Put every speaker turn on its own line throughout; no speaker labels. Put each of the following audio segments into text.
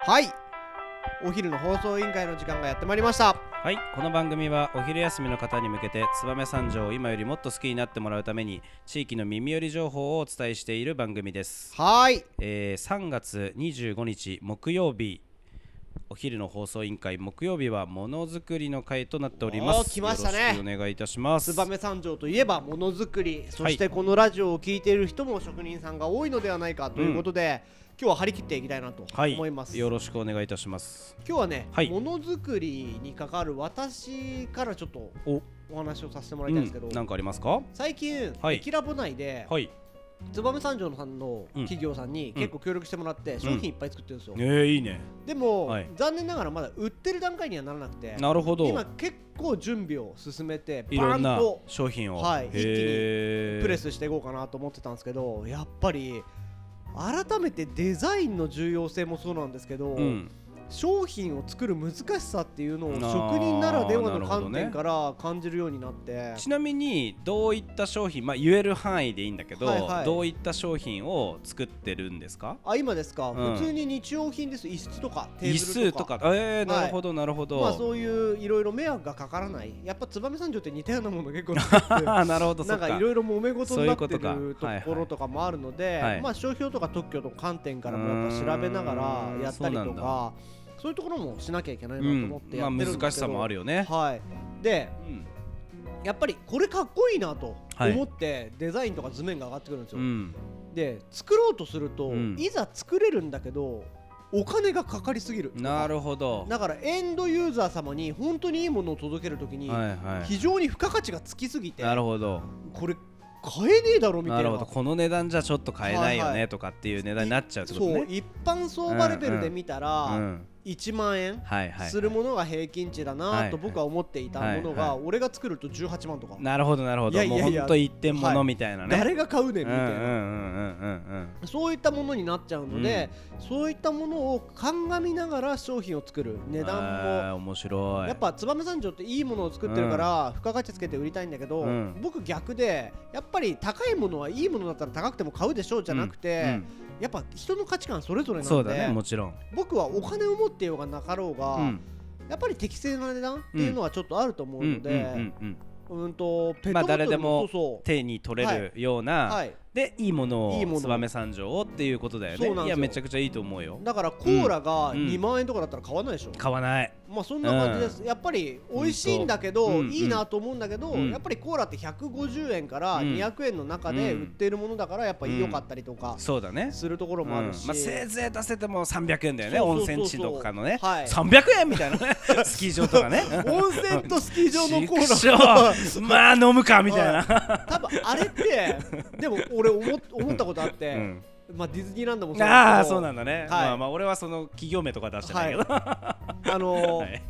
はいお昼の放送委員会の時間がやってまいりました
はいこの番組はお昼休みの方に向けて燕三条を今よりもっと好きになってもらうために地域の耳寄り情報をお伝えしている番組です、
はい
えー3月25日木曜日お昼の放送委員会木曜日はものづくりの会となっておりま
おー
す
来ましたね
よろしくお願いいたします
燕三条といえばものづくりそしてこのラジオを聞いている人も職人さんが多いのではないかということで、今日は張り切っていきたいなと
はい
思います、
よろしくお願いいたします
今日はね、
はい
ものづくりに関わる私からちょっと
お、
お話をさせてもら
う
いたいんですけ
ん
ど、、
なんかありますか
最近、
はい
エキラボ内で、
はい
燕三条さんの
うん
企業さんに結構協力してもらって、商品いっぱい作ってるんですよ、
えー、いいね
でも、
はい
残念ながらまだ売ってる段階にはならなくて
なるほど
今結構準備を進めて
い
バ
ろ
ーン
んな
と
商品を、
はい
へー
プレスしていこうかなと思ってたんですけどやっぱり改めてデザインの重要性もそうなんですけど、
うん
商品を作る難しさっていうのを
あー
職人ならではの
なるほど
観
ね
点から感じるようになって
ちなみにどういった商品、まあ、言える範囲でいいんだけど、
はいはい
どういった商品を作ってるんですか
あ今ですか、
うん
普通に日用品です椅子とかテ
椅
ーブル
子
と
と
か
かえー、なるほど、なるほど、
まあそういういろいろ迷惑がかからないやっぱ燕三条って似たようなもの結構作って
あ ーなるほどそ
な
っ
んか
か
いろいろ揉め事になってる
そういうことか
と
はいはい
ころとかもあるので、
はい
まあ商標とか特許の観点からもやっぱ調べながらやったり
う
と
ーんそうなん
かそういうところもしなきゃいけないうなと思っ
ん
て
ま
や
あ、
ってるんですけど、
難しさもあるよね、
はいで
うん
やっぱりこれかっこいいなと
はい
思ってデザインとか図面が上がってくるんです
う
よ、
ん、
で作ろうとすると、
うん
いざ作れるんだけどお金がかかりすぎる
なるほど
だからエンドユーザー様に本当にいいものを届けるときに、
はいはい
非常に付加価値がつきすぎて
なるほど
これ買えねえだろみた
ないる
な
ほどこの値段じゃちょっと買えないよ
はいは
ねとかっていう値段になっちゃうってこと
そう
ね、
一般相場レベルで見た
う
ら
ん、
1万円
はいはい
するものが平均値だなと僕は思っていたもの
はい
が
は
俺が作ると18万とか
なるほどなるほ
い
ど
やいやいや
もうほんと一点
は
物
い
みたいなね、
誰が買うねん
うん
み
うんう
たい
ん
な
うんうんうん
そういったものになっちゃうのでそういったものを鑑みながら商品を作る値段も
あー面白い
やっぱ燕三条っていいものを作ってるから付加価値つけて売りたいんだけど
うん
僕逆でやっぱり高いものはいいものだったら高くても買うでしょうじゃなく
うんう
て
ん
やっぱ人の価値観それぞれな
そ
の
うだね
で
もちろん、
僕はお金を持ってようがなかろうが、
うん
やっぱり適正な値段っていうのはちょっとあると思うので、うん
うん、
とペットボトル
まあ誰でも
そう
手に取れるような、
そう、はい、
でいいもの
いいもの
を燕三条をっていうことだよね
そうなんですよ
いやめちゃくちゃいいと思うよ
だからコーラが
うん
2万円とかだったら買わないでしょ、
買わない
まあそんな感じです、やっぱり美味しいんだけど、
うんうん
いいなと思うんだけど、
うん
やっぱりコーラって150円から
うん
200円の中で
うん
売っているものだからやっぱり良かったりとか
そうだね
するところもあるし、
うんまあ、せいぜい出せても300円だよね
そうそうそ
温
うそう
泉地とかのね、
はい
300円みたいなね スキー場とかね
温泉とスキー場のコ
ちく し
ー
ょ
ラ
うまあ飲むかみた いな、
多分あれってでも俺思っ思ったことあって、
うん
まあ、ディズニーランドもそう
あ
だ
あ
けど
そうなんだね、まあまあ俺はその企業名とか出してないけど、
あのー
はい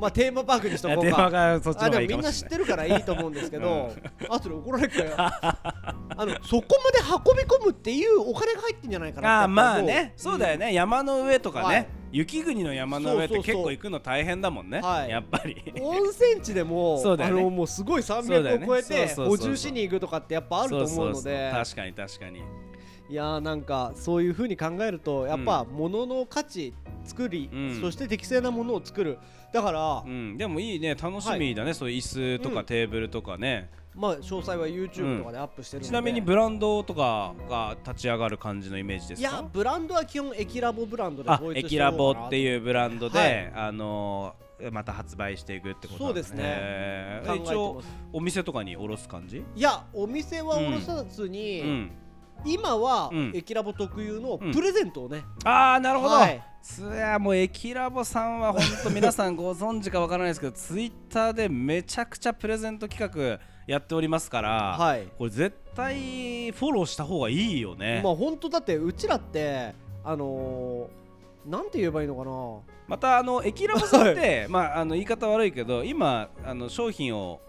まあ、テーマパークにしとこう
電話
か。
がそっちの
あで
方が
も
いい
み
か
ん
も
な
し
知って
れない
るからいいと思うんですけど、あとで怒られるからよあのそこまで運び込むっていうお金が入ってんじゃないかな
あ
って
あまあねそうだ
よ、
よね、山の上とかね、
はい
雪国の山の上っ
そ
て
うそうそう
結構行くの大変だもんね
はい
やっぱり
うん温泉地でも、
そうだ
あ
よね
のもうすごい
そうだ
300
よね
を超えて
そうそ
補
うそうそ
充
う
しに行くとかってやっぱあると思うの
そそ
で
そ確かに確かに
いやーなんかそういうふうに考えるとやっぱ物の価値作り、
うん
そして適正なものを作るだから、
うんでもいいね楽しみだね、そういう椅子と
う
か
ん
テーブルとかね、
まあ詳細は YouTube とかでアップしてるので、
ちなみにブランドとかが立ち上がる感じのイメージです
い
か
やブランドは基本エキラボブランドで
あ
統一
エ
して
キ
る
ラボって
う
いうブランドで、
はい
あのーまた発売していくってこと
そ
なん
うですね
へー
考えてます
一応お店とかに卸す感じ
いやお店は卸さずに、
うん
今は
うん
エキラボ特有の
うん
プレゼントをね、
ああなるほど、
はい
つやもうエキラボさんは本当皆さんご存知かわからないで すけどツイッターでめちゃくちゃプレゼント企画やっておりますから、
はい
これ絶対フォローした方がいいよね
まあ本当だってうちらってあのー、なんて言えばいいのかな
またあのエキラボさんって、まああの言い方悪いけど今あの商品を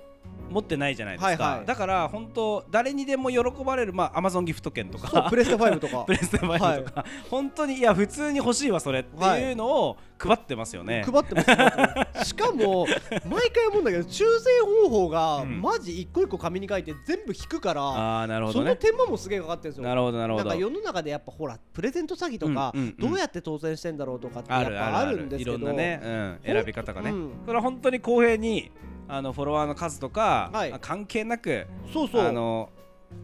持ってないじゃないですか、
はいはい
だから本当誰にでも喜ばれるまあアマゾンギフト券と
そう
か
プレステ5とか
プレステバイブとか、本当にいや普通に欲しいわそれっていうのを配ってますよね、
配ってます配ってますしかも毎回思うんだけど抽選方法が
うん
マジ一個一個紙に書いて全部引くから、
ああーなるほ
そ
ど
の
ね
手間もすげえかかってるんですよ
なるほどなるほ
なんか
ど
世の中でやっぱほらプレゼント詐欺とか、
うんうんうん
どうやって当選してんだろうとかってや
あ
っ
る
ぱ
あ
あ
るあ
るん
る
です
い
けど
ろんなね、うん、選び方がね、
うん
それは本当に公平にあのフォロワーの数とか、
はい
関係なく
そうそう
あの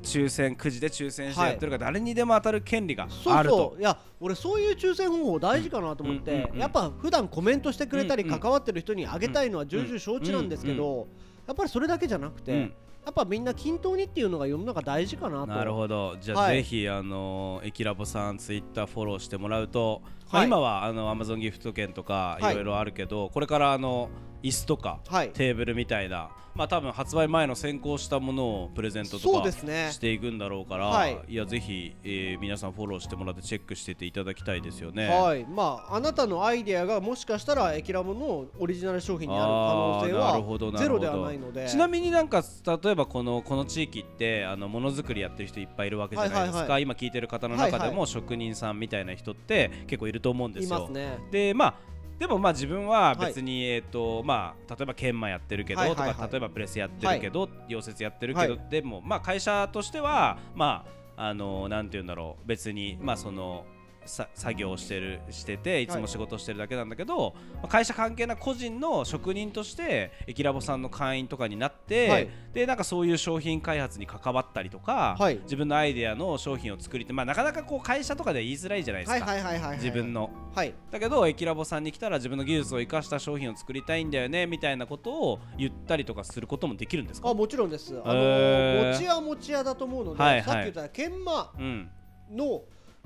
抽選くじで抽選して
はい
やってるから、誰にでも当たる権利が
そ
あ
う
ると
そういや俺そういう抽選方法大事かなと思って、
うんうんうんうん
やっぱ普段コメントしてくれたり
うんうん
関わってる人にあげたいのは重々承知なんですけど、やっぱりそれだけじゃなくて、
うん
やっぱみんな均等にっていうのが世の中大事かなと
なるほどじゃあ、
はい
ぜひあのエキラボさんツイッターフォローしてもらうと、まあ
はい
今はあの Amazon ギフト券とかい
はい
ろいろあるけど、これからあの椅子とか、
はい
テーブルみたいなまあ多分発売前の先行したものをプレゼントと
そう
か
ですね
していくんだろうから、
はい
い、やぜひ、えー皆さんフォローしてもらってチェックしてていただきたいですよね。
はいまああなたのアイデアがもしかしたらエキラムのオリジナル商品になる可能性
あーなるほど
は
なるほ
ゼロ
ど
ではないので
ちなみになんか例えばこのこの地域ってあのものづくりやってる人いっぱいいるわけじゃないですか、
はいはいは
今聞いてる方の中
は
で
いは
も職人さんみたいな人って結構いると思うんで
い
すよ。
ますね
でまあでもまあ自分
は
は
い
別に、えっ、とまあ例えば研磨やってるけど
はい
と
はい
か、
はい
例えばプレスやってるけど、溶接やってるけど、
は
でもまあ会社としてはまああのなんて言うんだろう別にまあそのさ作業をしてるしてていつも仕事してるだけなんだけど、まあ会社関係な個人の職人としてエキラボさんの会員とかになって、
はい
でなんかそういう商品開発に関わったりとか、
はい
自分のアイデアの商品を作りって、まあ、なかなかこう会社とかでは言いづらいじゃないですか、
はいはいはいはいはい
自分の。
はい
だけどエキラボさんに来たら自分の技術を生かした商品を作りたいんだよねみたいなことを言ったりとかすることもできるんですか
あもちろんですあの
へー
持ち屋持ち屋だと思うので、
はいはい
さっき言った研磨
うん
の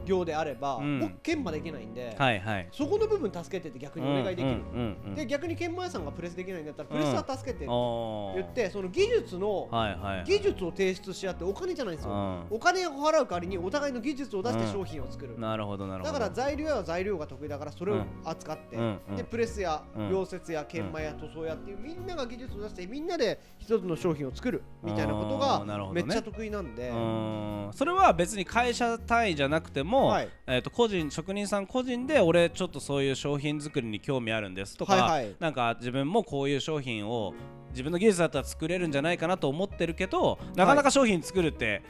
業であれば、
うん
僕研磨できないんで、
はいはい
そこの部分助けてって逆にお願いできる、
うんうんうんうん
で逆に研磨屋さんがプレスできないんだったらプレスは助けてって
おー
言って、その技術の、
はいはいはい
技術を提出し合ってお金じゃないんですよ、
う
お金を払う代わりにお互いの技術を出して
うん
商品を作る、
んなるほどなるほ
だ
ど
から材料屋は材料が得意だからそれを
うん
扱って、
うんうん
でプレスや
うん
溶接や研磨や塗装やっていうみんなが技術を出してみんなで一つの商品を作るみたいなこと
あーなる
が
ほ
め
どね
っちゃ得意なんで、
うんそれは別に会社単位じゃなくても、
はい
えー、と個人職人さん個人で俺ちょっとそういう商品作りに興味あるんですとか、
はいはい
なんか自分もこういう商品を自分の技術だったら作れるんじゃないかなと思ってるけどなかなか商品作るって、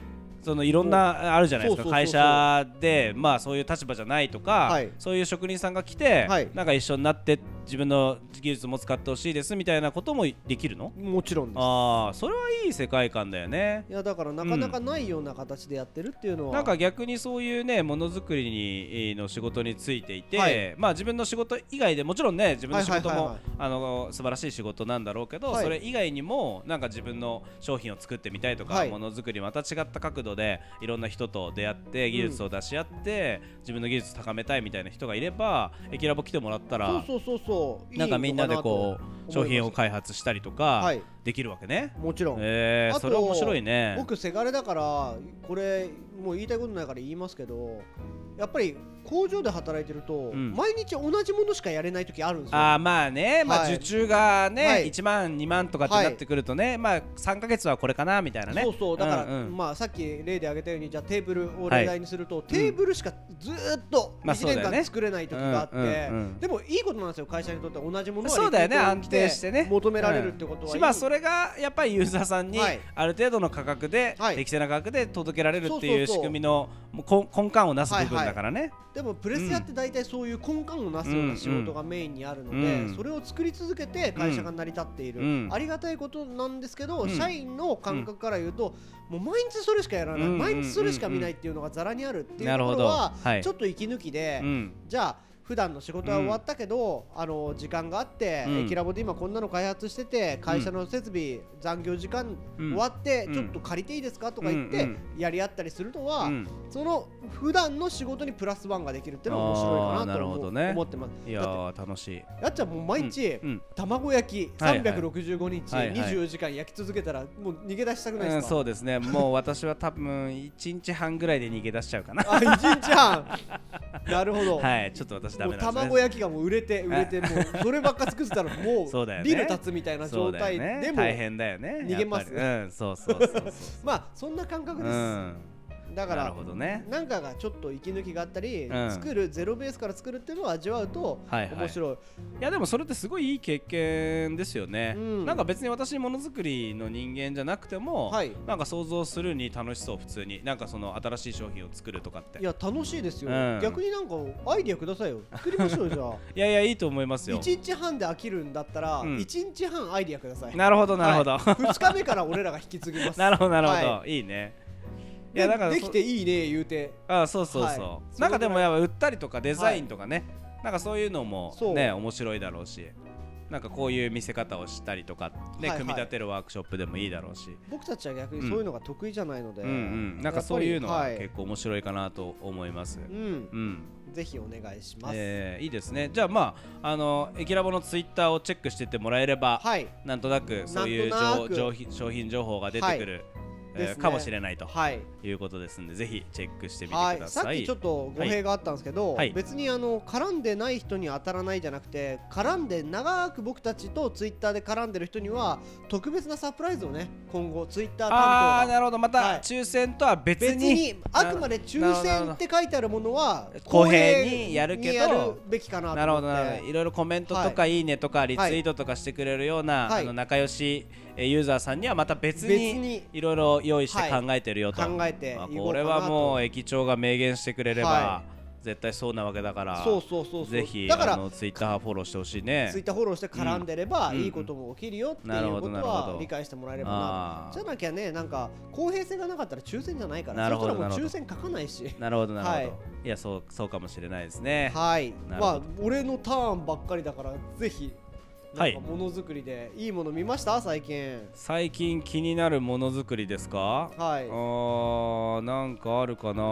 いそのいろんなあるじゃないですか
そうそうそうそう
会社でまあそういう立場じゃないとか、
はい
そういう職人さんが来て、
はい
なんか一緒になって自分の技術も使ってほしいですみたいなこともできるの
もちろんです
ああそれはいい世界観だよね
いやだからなかなかないような形でやってるっていうのは、
なんか逆にそういうねものづくりにえーの仕事についていて、
はい
まあ自分の仕事以外でもちろんね自分の仕事
はいはいはい
も
はい
あの素晴らしい仕事なんだろうけど、
はい
それ以外にもなんか自分の商品を作ってみたいとか、
はい
ものづくりまた違った角度でいろんな人と出会って技術を出し合って、自分の技術高めたいみたいな人がいればエキラボ来てもらったら
そうそうそうそう
なんかみんなでこう商品を
え
開発したりと
は
か
い
できるわけね。
もちろん、
えー、
あと
それ面白いね。
僕せがれだからこれもう言いたいことないから言いますけどやっぱり工場で働いてると、
ん
毎日同じものしかやれない時あるんですよ
あーまあね、まあ、
はい
受注がね、
はい
1万2万とかってなってくるとね、まあ3か月はこれかなみたいなね
そうそうだから、
んうん
まあさっき例で挙げたようにじゃあテーブルを例題にすると、テーブルしかずーっと
まあ
1年
そうだよね
間作れない時があって、
うんうんうん
でもいいことなんですよ会社にとっては同じものが
そうだよね
リピート
安定してね
求められるってことはいい、
うんまあそれがやっぱりユーザーさんに
はい
ある程度の価格で、
はい
適正な価格で届けられるって
そう
い
そううそう
仕組みのもう根根幹をなす部
はい
分
はい
だからね、
でもプレス屋って大体そういう根幹をなすような仕事がメインにあるので、
うん
それを作り続けて会社が成り立っている、
うん
ありがたいことなんですけど、
うん
社員の感覚から言うと、もう毎日それしかやらない、
うん
毎日それしか見ないっていうのがざらにあるっていう
な
と
るほ
こ
ど
ろは、
はい
ちょっと息抜きで、
うん
じゃあ普段の仕事は終わったけど、あの時間があって、
うん
エキラボで今こんなの開発してて会社の設備、残業時間
うん
終わって、
うん
ちょっと借りていいですかとか言って、
うん
やり合ったりするのは、
うん
その普段の仕事にプラスワンができるっていうのは面白いか
あーな
な
る
と
ほ
思
ど
う、
ね
思ってます。
いや
だっ
ー楽しい、
てやっちゃんもう毎日、
うん
卵焼き
はいはい
365日、
はいはい
24時間焼き続けたらもう逃げ出したくないで
うん
すか、
そうですねもう私は多分1日半ぐらいで逃げ出しちゃうかな
あ一日半なるほ ど、
はいちょっと私ダ
も
メ
う
なんですね
卵焼きがもう売れて売れてもうそればっか作ってたらもう
そうだよね
ビル立つみたいな
そ
状
うだ
態
よね
でも
大変だよね
逃げます
やっぱりうんそうそうそうそう
まあそんな感覚
う
です、
ん
だか
なる
ら
ほどね
なんかがちょっと息抜きがあったり、
うん
作るゼロベースから作るっていうのを味わうと
はいはい
面白い、
いやでもそれってすごいいい経験ですよね、
うん
なんか別に私ものづくりの人間じゃなくても、
はい
なんか想像するに楽しそう普通になんかその新しい商品を作るとかって
い、
いや
や楽しいですよ、
うん
逆になんかアイディアくださいよ作りましょうよじゃ あ
いやいいと思いますよ
1日半で飽きるんだったら、
うん
一1日半アイディアください
なるほどなるほど、
2日目から俺らが引き継ぎます
なるほどなるほど、、
はい
いね
い、で
そ
できていいね言うて
あそうそうそう、
は
なんかでもやっぱ売ったりとかデザインとかね、なんかそういうのも
そう
ね面白いだろうしなんかこういう見せ方をしたりとか、
は
ね
いはい
組み立てるワークショップでもいいだろうし、
僕たちは逆にそういうのが得意じゃないので、
うんうん、なんかそういうのは
やっぱり
結構面白いかなと思います。
はいうん
うん
ぜひお願いします、
えーいいですねじゃあまああのエキラボのツイッターをチェックしてってもらえれば、
はい
なんとなくそういう
なんとな
上
く
上品商品情報が出てくる、えー
ですね
かもしれないと
はい
いうことですんでぜひチェックしてみて
は
く
い
ださ
さ
い。
っきちょっと語弊があったんですけど、
はい
別にあの絡んでない人に当たらないじゃなくて絡んで長く僕たちとツイッターで絡んでる人には特別なサプライズをね今後ツイッター
ああー
担当が
なるほどまた、
はい
抽選とは別に
別にあくまで抽
なるほ
選
ど
って書いてあるものは
公平にやるけ
公
ど
平にやるべきかな
なる
と思
ほど
っ
なるほど
て
いろいろコメントとかいいねとかリツイートとかしてくれるような、
はい
あの仲良しえーユーザーさんにはまた別
別
に
に
いろいろ用意して
は
考
い
えてるよと、
考えていこう
まあ
かなと
これはもう駅長が明言してくれれば、
は
絶対そうなわけだから
そうそうそうそう
ぜひ
だから
あのツイッターフォローしてほしいね
ツイッターフォローして絡んでれば、
うん
いいことも起きるよってい
なる
う
ほ
こと
どなるほど
は理解してもらえればな
あー
とじゃなきゃねなんか公平性がなかったら抽選じゃないから
なるほど
そしたらもう
なる
抽
ほど
選書かないし
なるほどなるほど、
はい
い、やそうそうかもしれないですね
はいま
なるほ
あ
ど
俺のターンばっかりだからぜひな
は
ん
い
かものづくりでいいもの見ました最近
最近気になるものづくりですか
はい
あーなんかあるかな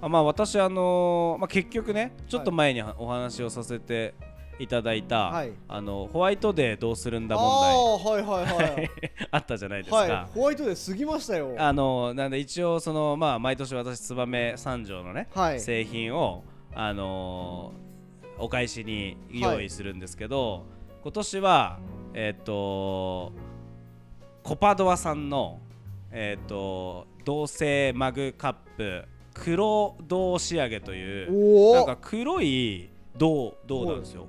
あまあ私あのーまあ、結局ねちょっと前にはお話をさせていただいた、
はい
あのホワイトデーどうするんだ
あ
問
あはいはい はい
題あったじゃないですか、
はいホワイトデー過ぎましたよ
あのーなんで一応そのまあ毎年私燕三条のね、
はい
製品をあのーお返しに用意するんですけど、今年はえっ、とコパドアさんのえっ、と銅製マグカップ黒銅仕上げという
お
なん
お
か黒い銅銅なんですよ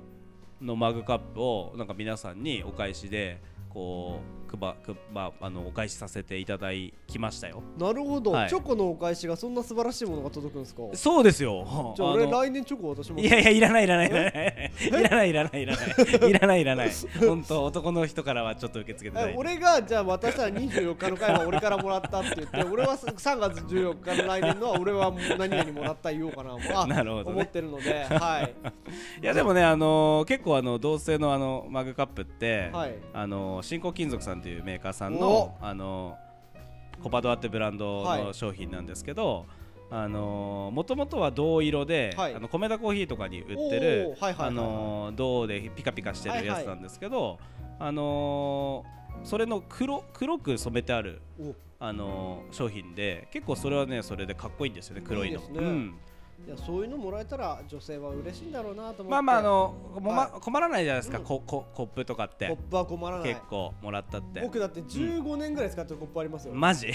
のマグカップをなんか皆さんにお返しでこう配配あのお返しさせていただきましたよ
なるほど、
はい
チョコのお返しがそんな素晴らしいものが届くんですか
そうですよ
じゃあ
あ
俺
の
来年チョコ渡します
いやいやいらないいらないいらないいらないいらないいらないいらないい らない本当男の人からはちょっと受け付けてな
え
い
俺がじゃあ渡したら24日の回は俺からもらったって言 って俺は3月14日の来年のは俺はもう何々もらった言おうか なもうあ
なるほどね
思ってるのではい
やでもねあのー結構あの同性のあのマグカップって、
はい
あのー新興金属さんというメーカーさん
お
のあのーコパドアってブランド
はい
の商品なんですけど、あのー、もともとは銅色で、
はい
あの米田コーヒーとかに売ってる、
おーはいはいはいはい
あのー銅でピカピカしてるやつなんですけど、あのーそれの黒黒く染めてある
いおい
あのー商品で結構それはねそれでかっこいいんですよね黒い
いいで
の
すね
うん、
やそういうのもらえたら女性は嬉しいんだろうなと思って
まあまああのもま
は
困らないじゃないですか、
うん
ここコップとかっ
コッ
て
プは困らない
結構もらったって
僕だって15年ぐらい使ってるコップありますよ、
マジ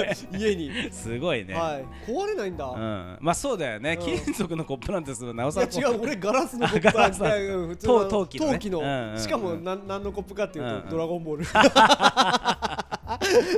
家に、
すご いね、
はい壊れないんだ、
う
い
ん、まあそうだよね、
うん
金属のコップなんてするなおさ
や
らこ
違う俺ガラスのコップ
あガラスだ
いやうん普通の
陶器のね
陶器の、
うんうん
しかもな何のコップかっていうと、
うんうん
ドラゴン ボール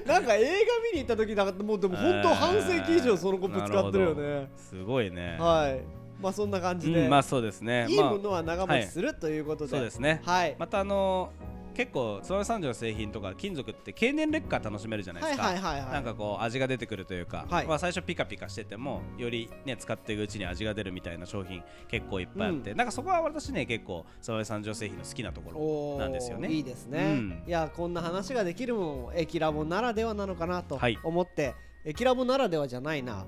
なんか映画見に行った時なんかもうでも本当半世紀以上そのコップ使ってるよね
なほどすごいね、
はいまあそんな感
う
じで、
ん、まあそうですね
いい
まあ
ものは長持ちするということで、
そうですね、
はい
またあのー結構燕三条の製品とか金属って経年劣化楽しめるじゃないで
は
す
い
か、
はいはいはい
なんかこう味が出てくるというか、
はい
まあ、最初ピカピカしててもよりね使っていくうちに味が出るみたいな商品結構いっぱいあって、なんかそこは私ね結構沢井三条製品の好きなとこ
おー
ろなんですよね
いいですね、
うん
いやこんな話ができるもん駅ラボならではなのかなと
はい
思って、駅ラボならではじゃないな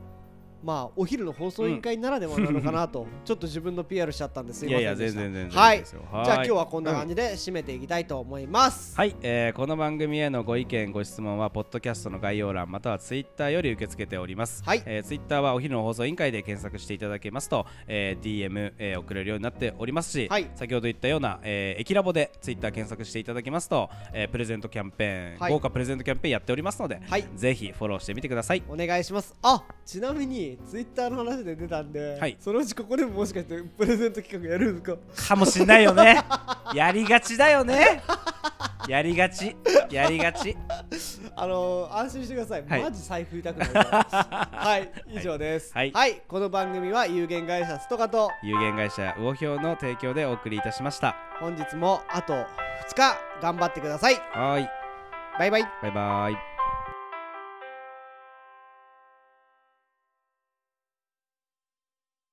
まあお昼の放送委員会ならではなのかなと、ちょっと自分の PR しちゃったんです
い
い
や
ま
い
せ
や
んで
全
した
然全然
はい
ですよ
じゃあ今日
は
はこんな感じで締めていきたいと思います、
はい、えーこの番組へのご意見ご質問はポッドキャストの概要欄またはツイッターより受け付けております、
はい
えーツイッターはお昼の放送委員会で検索していただけますと、えー DM、えー送れるようになっておりますし、
はい
先ほど言ったような、えー、駅ラボでツイッター検索していただきますと、えープレゼントキャンペーン、
はい
豪華プレゼントキャンペーンやっておりますので、
はい
ぜひフォローしてみてください
お願いしますあちなみにツイッターの話で出たんで、
はい
そのうちここでももしかしてプレゼント企画やるんですか
かもしんないよね やりがちだよねやりがちやりがち
あのー安心してください、
はい
マジ財布痛くなる からはい以上です
はい
この番組は有限会社ストカと
有限会社魚評の提供でお送りいたしました
本日もあと2日頑張ってください
はーい
バイバイ
バイバイ